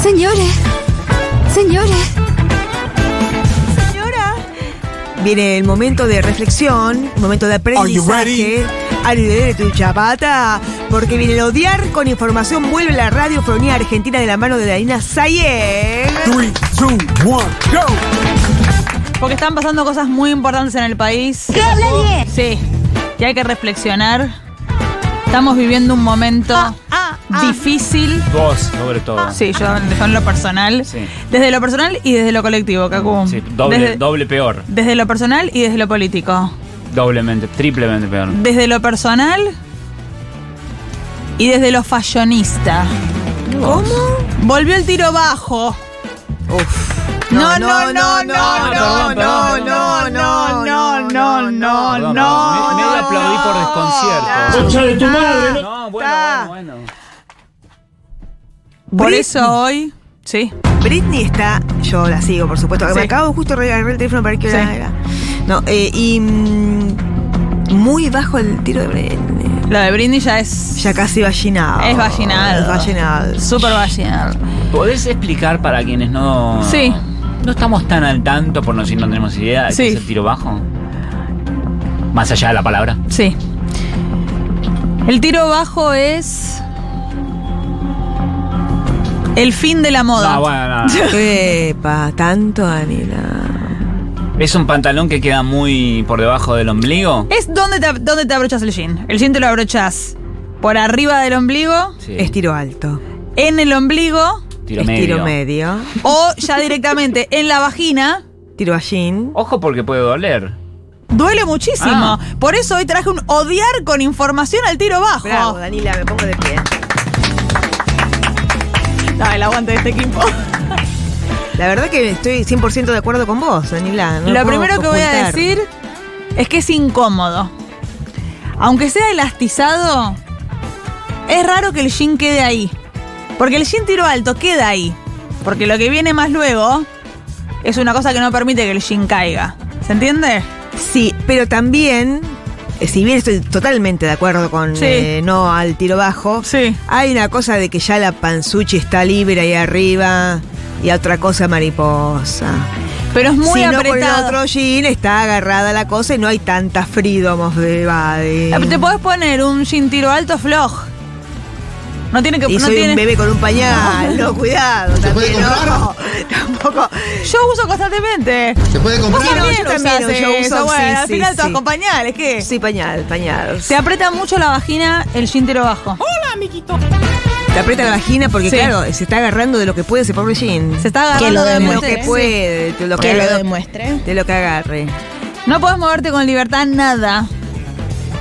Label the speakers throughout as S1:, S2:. S1: Señores, señores.
S2: Señora. Viene el momento de reflexión, momento de aprendizaje. Al de tu chapata, porque viene el odiar con información. Vuelve la radiofonía argentina de la mano de Darina Sayer.
S3: 3, 2, 1, go.
S4: Porque están pasando cosas muy importantes en el país.
S1: ¿Qué habla bien?
S4: Sí. Y hay que reflexionar. Estamos viviendo un momento
S2: Ah, ah, ah.
S4: difícil.
S5: Vos, sobre todo.
S4: Ah, Sí, yo yo en lo personal.
S5: Sí.
S4: Desde lo personal y desde lo colectivo, Cacu.
S5: Sí, doble,
S4: desde,
S5: doble peor.
S4: desde lo personal y desde lo político.
S5: Doblemente, triplemente peor.
S4: Desde lo personal y desde lo fashionista.
S2: ¿Cómo?
S4: Volvió el tiro bajo. No, no, no, no, no,
S5: perdón,
S4: no,
S5: perdón,
S4: no, no, no, no, no,
S5: Perdón,
S4: no.
S5: perdón. Me, medio aplaudí por desconcierto.
S3: Concha de tu madre. ¿no?
S5: No,
S2: Está.
S5: bueno, bueno, bueno.
S4: Por
S2: Britney.
S4: eso hoy. Sí.
S2: Britney está, yo la sigo, por supuesto.
S4: Sí.
S2: Me acabo justo de agarrar el teléfono para ver qué hora
S4: Sí.
S2: era. No, eh, y mm, muy bajo el tiro de Britney.
S4: La de Britney ya es.
S2: Ya casi vallinado.
S4: Es vallinado.
S2: Es vallinado.
S4: Súper vallinado.
S5: ¿Podés explicar para quienes no.
S4: Sí.
S5: No estamos tan al tanto, por no decir no tenemos idea, de
S4: Sí.
S5: qué es el tiro bajo? Más allá de la palabra.
S4: Sí. El tiro bajo es. El fin de la moda.
S5: No, Ah, bueno, no, no.
S2: Epa, tanto, Anila.
S5: Es un pantalón que queda muy por debajo del ombligo.
S4: Es donde te, dónde te abrochas el jean. El jean te lo abrochas por arriba del ombligo,
S5: Sí.
S2: Es tiro alto.
S4: en el ombligo
S5: Tiro
S2: es
S5: medio.
S2: tiro medio.
S4: o ya directamente en la vagina.
S2: Tiro vallín.
S5: Ojo porque puede doler.
S4: Duele muchísimo.
S5: Ah.
S4: Por eso hoy traje un odiar con información al tiro bajo.
S2: Bravo, Danila, me pongo de pie.
S4: Dame el aguante de este equipo.
S2: La verdad que estoy 100% de acuerdo con vos, Danila. no
S4: Lo
S2: puedo
S4: primero que voy a
S2: ocultar.
S4: decir es que es incómodo. Aunque sea elastizado, es raro que el jean quede ahí. Porque el jean tiro alto queda ahí. Porque lo que viene más luego es una cosa que no permite que el jean caiga. ¿Se entiende?
S2: Sí, pero también, eh, si bien estoy totalmente de acuerdo con
S4: Sí.
S2: eh, no al tiro bajo,
S4: Sí.
S2: hay una cosa de que ya la panzuchi está libre ahí arriba y otra cosa mariposa.
S4: Pero es muy
S2: si no por el
S4: apretado.
S2: otro jean está agarrada la cosa y no hay tanta freedomos de body.
S4: Ah, Eh, Te podés poner un jean tiro alto floj. No tiene que
S2: y
S4: no
S2: soy
S4: tiene-
S2: un bebé con un pañal, no, cuidado, también no, tampoco.
S4: Yo uso constantemente.
S6: ¿Se puede
S4: Vos
S6: comprar?
S2: Sí, no,
S4: también,
S2: yo también,
S4: usás eh,
S2: yo uso,
S4: eso, bueno,
S2: sí,
S4: al
S2: sí,
S4: final te vas
S2: sí.
S4: con pañales, ¿qué?
S2: Sí, pañal, pañal.
S4: Te aprieta mucho la vagina el jean tiro bajo.
S2: Te aprieta la vagina porque,
S4: Sí.
S2: claro, se está agarrando de lo que puede ese pobre jean.
S4: Se está agarrando
S2: Que lo
S4: de
S2: demuestre.
S4: muerte,
S2: Lo que puede, de lo que,
S1: Que lo demuestre.
S2: De lo que agarre.
S4: No podés moverte con libertad nada.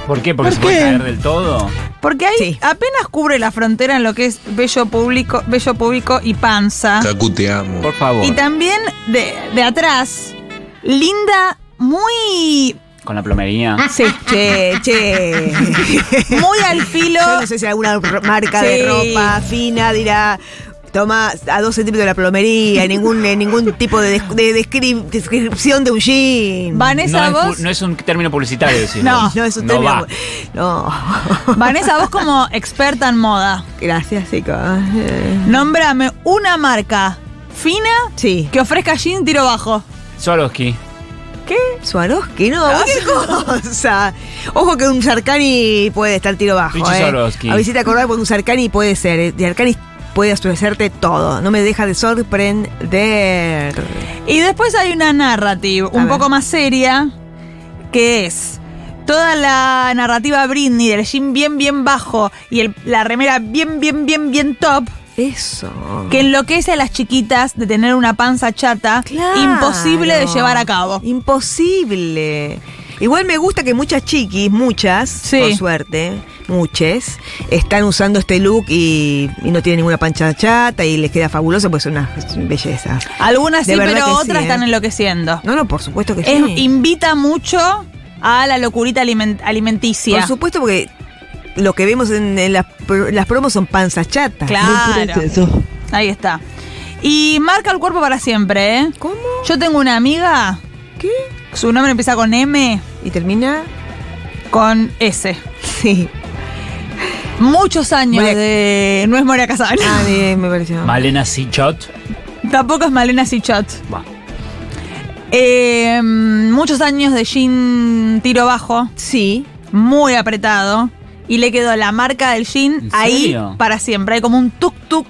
S5: ¿Por qué? Porque se puede caer del todo.
S4: Porque ahí
S2: Sí.
S4: apenas cubre la frontera en lo que es bello público, bello público y panza.
S6: Kaku, te amo.
S5: Por favor.
S4: Y también de, de atrás, linda, muy.
S5: Con la plomería.
S4: Sí.
S2: Che, che.
S4: Muy al filo.
S2: Yo no sé si alguna ro- marca
S4: Sí.
S2: de ropa fina dirá. Toma a dos centímetros de la plomería, ningún, eh, ningún tipo de, des- de descri- descripción de un jean.
S4: Vanessa,
S5: no,
S4: vos.
S5: Es, pu- no es un término publicitario decirlo.
S4: No,
S2: no, es un
S5: no
S2: término-
S5: va.
S2: No.
S4: Vanessa, vos como experta en moda,
S2: Gracias, chicos. Eh,
S4: nombrame una marca fina
S2: Sí.
S4: que ofrezca jean tiro bajo.
S5: Swarovski.
S2: Swarovski, no, qué cosa. Ojo que un Sarkani puede estar tiro bajo.
S5: Pichi
S2: eh.
S5: Swarovski.
S2: A ver si te acordás, porque un Sarkani puede ser. eh, De Sarkani puede ofrecerte todo. No me deja de sorprender.
S4: Y después hay una narrativa un
S2: ver.
S4: poco más seria, que es toda la narrativa Britney del jean bien, bien bajo y el- la remera bien, bien, bien, bien top,
S2: Eso.
S4: que enloquece a las chiquitas de tener una panza chata
S2: Claro.
S4: imposible de llevar a cabo.
S2: Imposible. Igual me gusta que muchas chiquis, muchas,
S4: Sí.
S2: por suerte, muchas, están usando este look y, y no tienen ninguna pancha chata y les queda fabuloso, pues es una belleza.
S4: Algunas
S2: De
S4: sí,
S2: verdad
S4: pero
S2: que sí,
S4: otras
S2: ¿eh?
S4: están enloqueciendo.
S2: No, no, por supuesto que
S4: Es-
S2: sí.
S4: Invita mucho a la locurita aliment- alimenticia.
S2: Por supuesto, porque lo que vemos en, en las, pr- las promos son panzas chatas.
S4: Claro. Ahí está. Y marca el cuerpo para siempre, ¿eh?
S2: ¿Cómo?
S4: Yo tengo una amiga,
S2: ¿Qué?
S4: su nombre empieza con M,
S2: ¿Y termina?
S4: con S.
S2: Sí.
S4: muchos años
S2: Vale.
S4: de. No es Moria Casán.
S2: Ah, bien, me pareció.
S5: Malena Sichot.
S4: Tampoco es Malena Sichot.
S5: Buah.
S4: Eh, muchos años de jean tiro bajo,
S2: Sí.
S4: muy apretado. Y le quedó la marca del jean
S5: ¿En
S4: ahí
S5: serio?
S4: para siempre. Hay como un tuk-tuk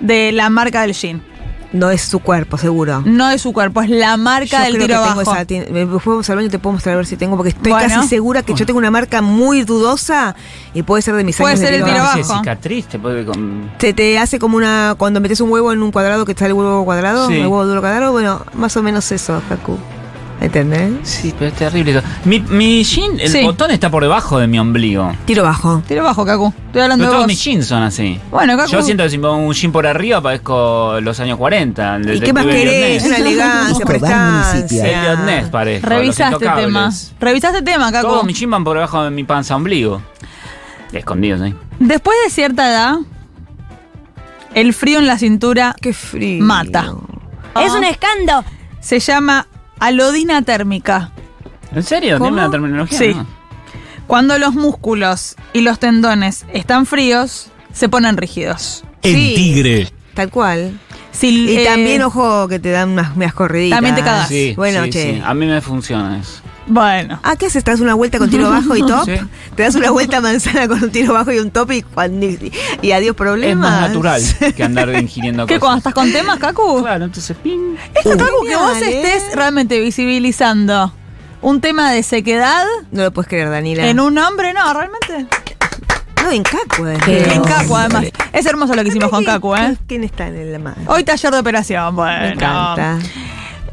S4: de la marca del jean.
S2: No es su cuerpo, seguro.
S4: No de su cuerpo, es la marca del
S2: yo creo
S4: tiro
S2: que tengo
S4: bajo.
S2: esa. ti- me- Fuimos al baño y te puedo mostrar a ver si tengo, porque estoy
S4: Bueno.
S2: casi segura que yo tengo una marca muy dudosa y puede ser de mis
S4: Puede
S2: años de
S4: ser el
S2: tiro
S4: tiro
S2: bajo.
S5: Dice
S4: bajo.
S5: cicatriz, te puede con-
S2: Se te hace como una. Cuando metes un huevo en un cuadrado que está el huevo cuadrado,
S5: Sí.
S2: el huevo duro cuadrado, bueno, más o menos eso, Facu. ¿Entendés?
S5: Sí, pero es terrible. eso. Mi, mi jean, el
S4: Sí.
S5: botón está por debajo de mi ombligo.
S2: Tiro bajo.
S4: Tiro bajo, Cacu. Estoy hablando
S5: No
S4: de
S5: todos
S4: vos.
S5: mis jeans son así.
S4: Bueno, Cacu.
S5: Yo siento que si pongo un jean por arriba parezco los años 40. el
S2: ¿Y qué más
S5: detective
S2: querés?
S5: Leonés.
S2: Una elegancia,
S6: Probar
S2: prestancia.
S5: Elliot Ness parezco.
S4: Revisaste
S5: los
S4: el este tema.
S5: intocables.
S4: Revisaste el tema, Cacu.
S5: Todos mis jeans van por debajo de mi panza ombligo. Escondidos, ¿eh?
S4: Después de cierta edad, el frío en la cintura
S2: Qué frío.
S4: Mata.
S1: Es un escándalo.
S4: se llama alodina térmica.
S5: ¿En serio?
S4: ¿Cómo?
S5: ¿Tiene una terminología? Ah.
S4: Sí.
S5: ¿no?
S4: Cuando los músculos y los tendones están fríos, se ponen rígidos.
S6: El
S2: Sí.
S6: tigre.
S2: Tal cual.
S4: Si,
S2: Y
S4: eh,
S2: también, ojo, que te dan unas, unas corriditas.
S4: También te cagás.
S5: Sí,
S2: Ah, Bueno,
S5: sí,
S2: che.
S5: sí. A mí me funciona eso.
S4: Bueno.
S2: ¿Ah, qué haces? ¿Te das una vuelta con tiro bajo y top?
S5: Sí.
S2: ¿Te das una vuelta manzana con un tiro bajo y un top y, cuan- y, y adiós problemas?
S5: Es más natural que andar ingiriendo
S4: ¿Qué cuando
S5: cosas.
S4: estás con temas, Cacu?
S5: Claro, entonces ping.
S4: Esto, Cacu, que vos
S2: Genial, ¿eh?
S4: estés realmente visibilizando un tema de sequedad
S2: No lo puedes creer, Danila.
S4: en un hombre, no, realmente.
S2: No, en Cacu. eh.
S4: En Cacu, además. Es hermoso lo que hicimos con Cacu, ¿eh?
S2: ¿Quién está en la mano?
S4: Hoy taller de operación, bueno.
S2: Me encanta.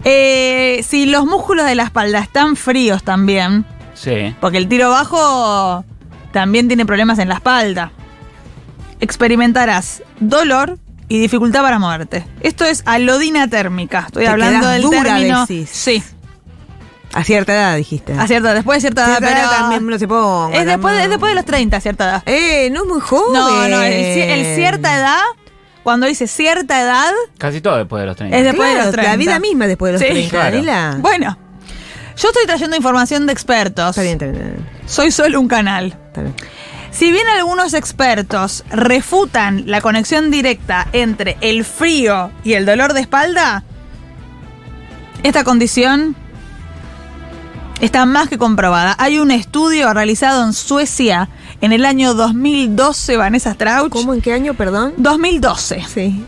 S4: Eh, si los músculos de la espalda están fríos también,
S5: Sí.
S4: porque el tiro bajo también tiene problemas en la espalda, experimentarás dolor y dificultad para moverte. Esto es alodina térmica. Estoy
S2: Te
S4: hablando
S2: quedás
S4: del
S2: dura,
S4: término.
S2: decís.
S4: Sí,
S2: A cierta edad, dijiste.
S4: a cierta después de cierta,
S2: cierta
S4: edad, pero
S2: edad también no se ponga.
S4: es después, de-
S2: también.
S4: es después de los 30, cierta edad.
S2: Eh, no es muy joven.
S4: No, no, el, ci- el cierta edad, cuando dice cierta edad,
S5: Casi todo después de los 30.
S4: Es después de los
S2: Claro,
S4: 30.
S2: La vida misma es después de los
S4: Sí.
S2: 30,
S5: Claro.
S2: Danila.
S4: Bueno, yo estoy trayendo información de expertos.
S2: Está bien, está bien.
S4: Soy solo un canal.
S2: Está bien.
S4: Si bien algunos expertos refutan la conexión directa entre el frío y el dolor de espalda, esta condición está más que comprobada. Hay un estudio realizado en Suecia en el año 2012, Vanessa Strauch.
S2: ¿Cómo? ¿En qué año, perdón?
S4: 2012,
S2: Sí.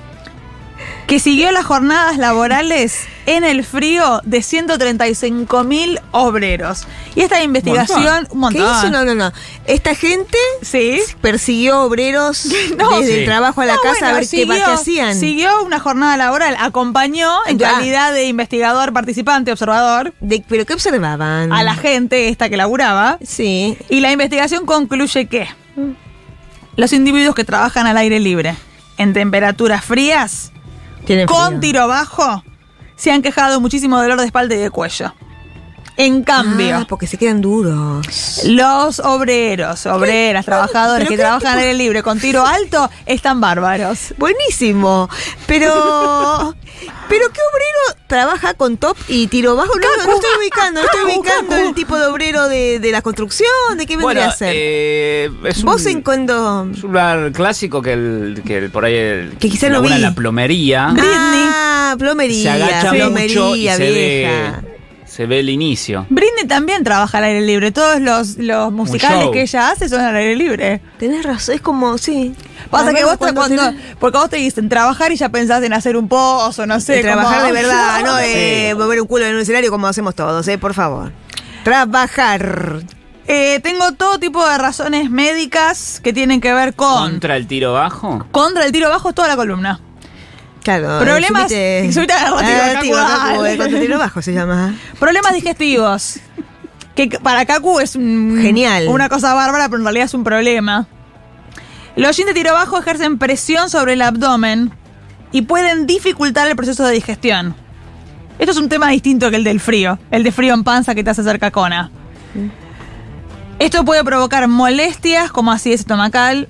S4: que siguió las jornadas laborales en el frío de 135 mil obreros. Y esta investigación, un
S2: ¿Qué
S4: montón.
S2: hizo? No, no, no. Esta gente
S4: Sí.
S2: persiguió obreros
S4: No,
S2: desde
S5: sí.
S2: el trabajo a la
S4: No,
S2: casa a
S4: bueno,
S2: ver qué, qué hacían.
S4: Siguió una jornada laboral, acompañó en
S2: Ah.
S4: calidad de investigador, participante, observador
S2: De- ¿Pero qué observaban?
S4: a la gente esta que laburaba.
S2: Sí.
S4: Y la investigación concluye que
S2: Mm.
S4: los individuos que trabajan al aire libre en temperaturas frías,
S2: Tienen
S4: con
S2: frío.
S4: tiro bajo, se han quejado de muchísimo dolor de espalda y de cuello. En cambio,
S2: Ah, porque se quedan duros.
S4: los obreros, obreras, trabajadores
S2: ¿Pero
S4: que
S2: qué
S4: trabajan al
S2: tipo-
S4: aire libre con tiro alto están bárbaros.
S2: Buenísimo. Pero. ¿Pero qué obrero trabaja con top y tiro bajo? No, no, no estoy ubicando, no estoy ubicando el tipo de obrero de, de la construcción. ¿De qué vendría
S5: Bueno,
S2: a ser?
S5: eh, es
S2: Vos
S5: un,
S2: en cuando.
S5: es un lugar clásico que, el, que el- por ahí el,
S2: Que quizá no vi.
S5: labura en la plomería.
S2: Ah, plomería.
S5: se agacha
S2: plomería,
S5: mucho y se
S2: vieja.
S5: ve, se ve el inicio.
S4: Britney también trabaja al aire libre. Todos los, los musicales
S5: show.
S4: que ella hace son al aire libre.
S2: Tenés razón, es como, sí.
S4: Pasa
S2: Además,
S4: que vos te-
S2: cuando
S4: cuando,
S2: tenés-
S4: porque a vos te dicen trabajar y ya pensás en hacer un pozo, no sé.
S2: de
S4: como-
S2: trabajar de verdad, no
S5: Sí.
S2: eh, mover un culo en un escenario como hacemos todos, eh, por favor. Trabajar.
S4: Eh, tengo todo tipo de razones médicas que tienen que ver con contra,
S5: Contra el tiro bajo.
S4: el tiro bajo es toda la columna.
S2: Claro. eh,
S4: Problemas-
S2: subite-
S4: subite a la narrativa,
S2: Narrativa,
S4: Cacu,
S2: Cacu,
S4: dale.
S2: eh, Con tiro bajo se llama.
S4: Problemas digestivos. Que c- para Kaku es un-
S2: Genial.
S4: una cosa bárbara, pero en realidad es un problema. Los jeans de tiro bajo ejercen presión sobre el abdomen y pueden dificultar el proceso de digestión. Esto es un tema distinto que el del frío, el de frío en panza que te hace hacer cacona. Esto puede provocar molestias como acidez estomacal,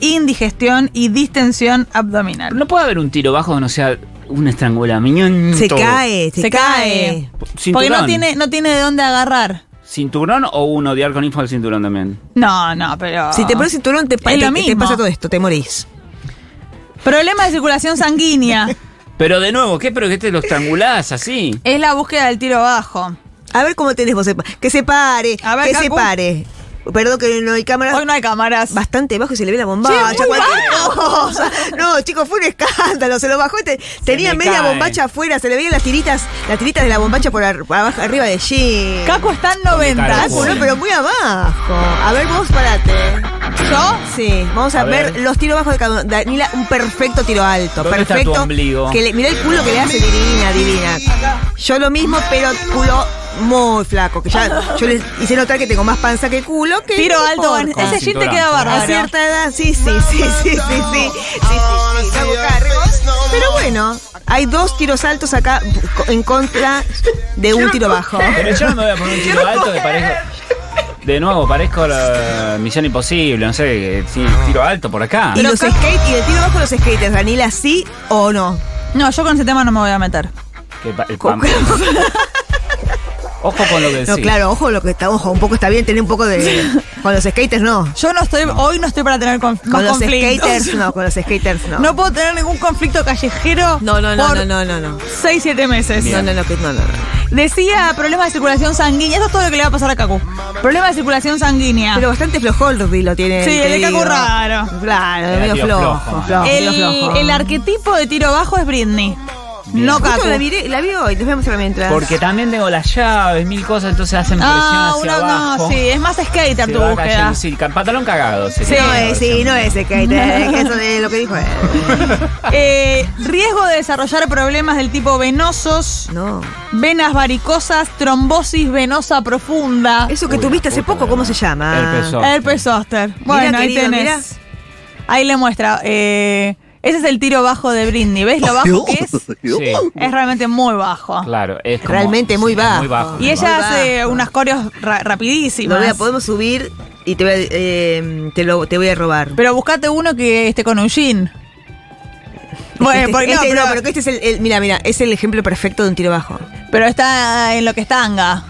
S4: indigestión y distensión abdominal.
S5: No puede haber un tiro bajo que no sea un estrangulamiento.
S2: Se cae, se,
S4: Se cae.
S2: cae.
S5: Cinturón.
S4: Porque no tiene, no tiene de dónde agarrar.
S5: cinturón o uno de con info al cinturón también?
S4: No, no, pero.
S2: Si te pones cinturón, te, pa-
S4: Es
S2: te-
S4: lo
S2: te
S4: mismo.
S2: pasa todo esto, te morís.
S4: Problema de circulación sanguínea.
S5: Pero de nuevo, ¿qué? Pero que te lo estrangulás así.
S4: es la búsqueda del tiro bajo.
S2: A ver cómo tenés vos. Epa. Que se pare,
S4: A ver,
S2: que se
S4: Cacu.
S2: pare. Perdón que no hay cámara.
S4: Hoy no hay cámaras.
S2: Bastante bajo y se le ve la bombacha,
S4: Che, muy
S2: cualquier cosa. No, chicos, fue un escándalo. Se lo bajó. y te- tenía
S5: me
S2: media
S5: cae.
S2: bombacha afuera. Se le veían las tiritas, las tiritas de la bombacha por ar- abajo, arriba de Jim.
S4: Caco está en 90.
S5: Caco,
S2: Cacu, no, pero muy abajo. A ver, vos parate.
S4: ¿Yo?
S2: Sí, vamos a,
S5: A
S2: ver.
S5: ver.
S2: los tiros bajos de cada uno. Danila, un perfecto tiro alto.
S5: ¿Dónde está
S2: perfecto.
S5: tu ombligo?
S2: Que le, mirá el culo que le hace divina, divina. Yo lo mismo, pero culo muy flaco. Que ya, yo les hice notar que tengo más panza que culo. Que
S4: Tiro
S2: no
S4: alto.
S2: porco.
S4: Ese
S5: Con
S4: jean te
S5: cinturón.
S4: queda bárbaro.
S2: A cierta edad, sí, sí, sí, sí, sí, sí, sí, sí, sí, hago cargos. Pero bueno, hay dos tiros altos acá co- en contra de un tiro bajo.
S5: Pero yo no me voy a poner un tiro alto que parezco. De nuevo, parezco la Misión Imposible, no sé, sí, tiro alto por acá.
S2: Y los skate, y de tiro bajo los skaters, Danila, sí o no.
S4: No, yo con ese tema no me voy a meter.
S5: Que pa- el pampa. Ojo con lo que decís.
S2: No, claro, ojo lo que está, ojo, un poco está bien tener un poco de. Con los skaters no.
S4: Yo no estoy, hoy no estoy para tener conf- más
S2: Con los
S4: conflictos.
S2: skaters no, con los skaters no.
S4: No puedo tener ningún conflicto callejero
S2: no, no, no,
S4: por
S2: no, no, no, no.
S4: 6, 7 meses.
S2: No, no, no, que- no, no, no.
S4: Decía problemas de circulación sanguínea. Eso es todo lo que le va a pasar a Cacu. Problema de circulación sanguínea.
S2: Pero bastante flojón lo tiene.
S4: Ah. Sí,
S2: te
S4: el de Cacu
S2: digo.
S4: raro.
S2: Claro,
S5: Era
S2: medio
S5: tío
S2: flojo.
S5: flojo.
S2: flojo, medio
S4: el,
S2: flojo.
S4: el arquetipo de tiro bajo es Britney. No
S2: Justo
S4: Cacu.
S2: la, miré- la vi hoy, nos vemos ahora mientras.
S5: Porque también tengo las llaves, mil cosas, entonces hacen presión
S4: Ah,
S5: hacia
S4: una no,
S5: abajo.
S4: sí. Es más skater
S5: Se
S4: tu
S5: va
S4: búsqueda.
S5: cayendo, sí, ca- pantalón cagado.
S2: Sí,
S5: sería
S2: no
S5: la
S2: es, sí,
S5: versión.
S2: no es skater, es que eso de lo que dijo él.
S4: Eh, riesgo de desarrollar problemas del tipo venosos,
S2: No.
S4: venas varicosas, trombosis venosa profunda.
S2: Eso que
S5: Uy,
S2: tuviste
S5: la
S2: hace
S5: puta
S2: poco,
S5: que
S2: ¿cómo
S5: la-
S2: se llama?
S5: Herpes zóster.
S4: Herpes zóster. Bueno, ahí
S2: querido,
S4: tenés.
S2: mirá.
S4: Ahí le muestra. eh, ese es el tiro bajo de Britney. ¿Ves lo bajo que es?
S5: Sí,
S4: Es realmente muy bajo.
S5: claro. Es como-
S2: Realmente muy
S5: sí,
S2: bajo.
S5: muy bajo.
S4: Y
S5: muy
S4: ella
S2: bajo.
S4: hace unas coreos ra-
S2: Lo
S4: rapidísimas.
S2: voy a- podemos subir y te voy a, eh, te lo, te voy a robar.
S4: Pero buscate uno que esté con un jean. Bueno,
S2: Este-
S4: porque no,
S2: este-
S4: pero,
S2: no, pero que este es el, el- mira, mira, es el ejemplo perfecto de un tiro bajo.
S4: pero está en lo que es tanga.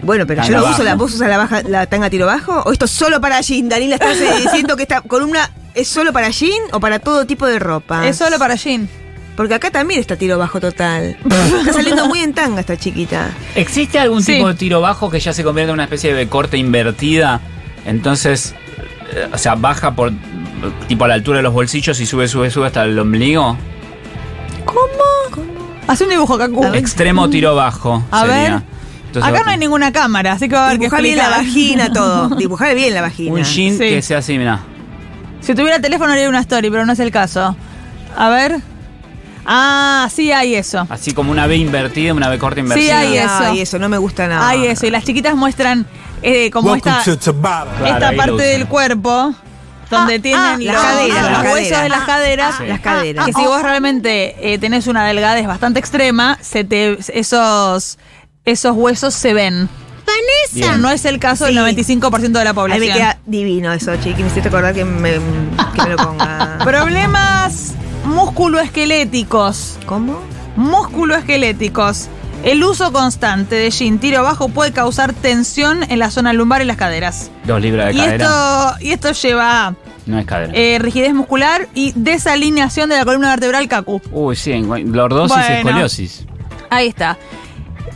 S2: Bueno, pero yo
S5: Tanga
S2: no
S5: baja.
S2: uso la, vos usas la baja, la tanga tiro bajo, o esto es solo para jean, Danila estás eh, diciendo que esta columna es solo para jean o para todo tipo de ropa.
S4: Es solo para jean.
S2: Porque acá también está tiro bajo total. está saliendo muy en tanga esta chiquita.
S5: bajo. ¿Existe algún
S4: Sí.
S5: tipo de tiro bajo que ya se convierte en una especie de corte invertida? Entonces, eh, o sea, baja por tipo a la altura de los bolsillos y sube, sube, sube hasta el ombligo.
S4: Hace un dibujo, Cacu.
S5: Extremo tiro bajo.
S4: Mm. A
S5: sería.
S4: ver.
S5: Entonces,
S4: Acá no hay ninguna cámara, así que va a haber que
S2: Dibujar bien la
S4: explicar.
S2: vagina todo. Dibujar bien la vagina.
S5: Un jean
S4: Sí.
S5: que sea así, mirá.
S4: Si tuviera teléfono haría una story, pero no es el caso. A ver. Ah, sí hay eso.
S5: Así como una B invertida, una B corta invertida.
S4: hay
S2: Ay,
S4: eso.
S2: eso. no me gusta nada.
S4: Hay eso. Y las chiquitas muestran eh, como
S3: Welcome
S4: esta,
S3: to Tabata.
S5: Claro,
S4: esta
S5: ahí lo
S4: parte
S5: usan.
S4: del cuerpo donde
S2: Ah,
S4: tienen
S2: ah, las
S4: los,
S2: caderas,
S4: los
S5: las
S4: huesos
S2: caderas.
S4: de las caderas.
S5: Sí.
S2: Ah, Las caderas.
S4: Que si vos realmente eh, tenés una delgadez bastante extrema, se te, esos, esos huesos se ven.
S5: Bien.
S4: No es el caso del 95% de la
S2: A mí
S4: ah. población.
S2: me queda divino eso, chiqui. Me hiciste acordar que me, que me lo ponga.
S4: Problemas musculoesqueléticos.
S2: ¿Cómo?
S4: musculoesqueléticos. El uso constante de jean tiro bajo puede causar tensión en la zona lumbar y las caderas.
S5: Dos libras de
S4: Y
S5: cadera.
S4: esto, y esto lleva a
S5: No es cadera.
S4: eh, rigidez muscular y desalineación de la columna vertebral cacu.
S5: Uy, sí, en- lordosis y
S4: Bueno.
S5: escoliosis.
S4: Ahí está.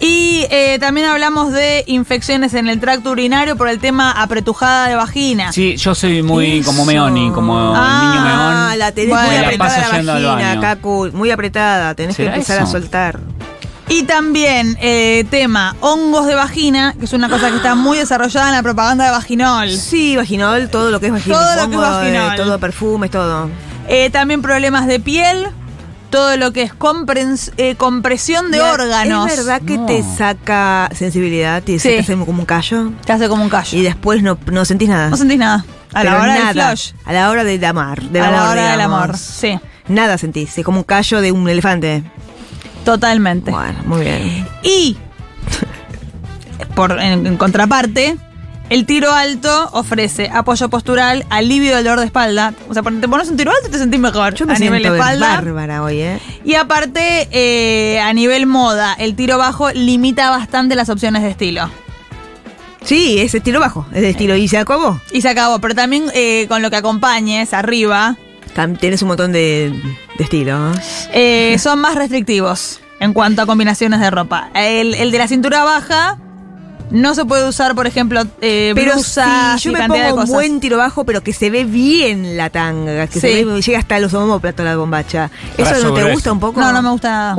S4: Y eh, también hablamos de infecciones en el tracto urinario por el tema apretujada de vagina.
S5: Sí, yo soy muy como Meoni, como
S4: Ah,
S5: el niño
S2: Ah,
S5: Meón.
S2: la tenés
S4: Bueno,
S2: muy
S4: la
S2: apretada
S5: paso yendo
S2: la
S5: al
S2: vagina,
S5: baño.
S2: Cacu. Muy apretada. Tenés que
S5: ¿Será
S2: empezar a
S5: eso?
S2: soltar.
S4: Y también eh, tema hongos de vagina, que es una cosa que está muy desarrollada en la propaganda de vaginol.
S2: Sí, vaginol, todo lo que es vaginol.
S4: Todo lo que es
S2: Pongo, eh,
S4: vaginol.
S2: todo perfumes, todo.
S4: Eh, también problemas de piel, todo lo que es comprens- eh, compresión de
S2: Mira,
S4: órganos.
S2: ¿Es verdad que
S5: No.
S2: te saca sensibilidad? ¿Te
S4: Sí.
S2: saca hacer como un callo?
S4: Te hace como un
S2: Y
S4: callo.
S2: después no, no sentís nada.
S4: No sentís nada. A la
S2: Pero
S4: hora del
S2: nada.
S4: flash.
S2: A la hora del amar. Del
S4: a
S2: amor,
S4: la hora del
S2: digamos.
S4: amor. Sí,
S2: Nada sentís, es como un callo de un elefante.
S4: totalmente.
S2: Bueno, muy bien.
S4: Y, por, en, en contraparte, el tiro alto ofrece apoyo postural, alivio del dolor de espalda. O sea, te pones un tiro alto y te sentís mejor.
S2: Yo me
S4: a
S2: siento
S4: nivel espalda.
S2: bárbara hoy, ¿eh?
S4: Y aparte, eh, a nivel moda, el tiro bajo limita bastante las opciones de estilo.
S2: Sí, es estilo bajo, es de estilo y se acabó.
S4: Y se acabó, pero también eh, con lo que acompañes arriba,
S2: Tam- Tienes un montón de, de estilos.
S4: eh, son más restrictivos en cuanto a combinaciones de ropa. El, el de la cintura baja no se puede usar, por ejemplo, eh,
S2: Pero
S4: blusas
S2: si yo
S4: y
S2: me
S4: cantidad de
S2: pongo un
S4: cosas.
S2: buen tiro bajo, pero que se ve bien la tanga, que se
S4: Sí.
S2: ve- llega hasta los homóplatos la bombacha. ¿Eso
S5: Brazo
S2: no te
S5: grueso.
S2: gusta un poco?
S4: No, no me gusta.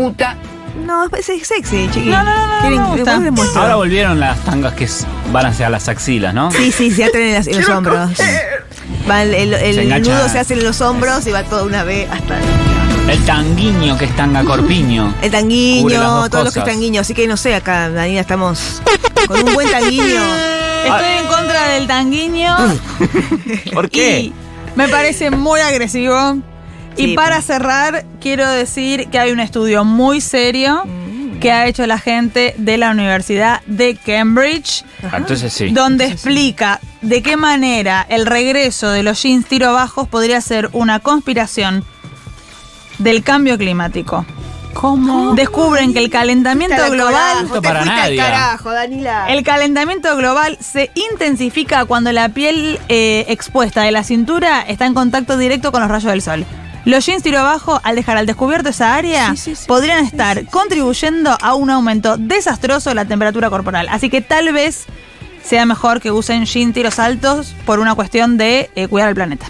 S2: No, es es sexy, chiqui.
S4: No, no, no, no, no
S2: Quieren-
S4: me gusta.
S2: vos demuestra.
S5: Ahora volvieron las tangas que s- van hacia las axilas, ¿no?
S2: Sí, sí, se atren en, las- en los hombros. Va el el- el
S5: Se engancha.
S2: nudo se hace en los hombros y va toda una vez hasta
S5: El tanguiño que es tanga corpiño.
S2: el
S5: Cubre las dos
S2: tanguiño, todo lo que es
S5: cosas.
S2: tanguiño. Así que no sé, acá, Danina, estamos con un buen tanguiño.
S4: Estoy en contra del tanguiño.
S5: ¿Por
S4: Y me parece muy agresivo.
S2: Sí,
S4: y para
S2: pues.
S4: cerrar, quiero decir que hay un estudio muy serio
S2: Mm.
S4: que ha hecho la gente de la Universidad de Cambridge,
S5: Ah, Entonces sí.
S4: donde explica de qué manera el regreso de los jeans tiro bajos podría ser una conspiración del cambio climático. ¿Cómo? Descubren que el calentamiento global
S5: Esto para nadie.
S2: Danila.
S4: el calentamiento global se intensifica cuando la piel eh, expuesta de la cintura está en contacto directo con los rayos del sol. Los jeans tiro abajo, al dejar al descubierto esa área, podrían estar contribuyendo a un aumento desastroso de la temperatura corporal. Así que tal vez sea mejor que usen jeans tiros altos por una cuestión de eh, cuidar al planeta.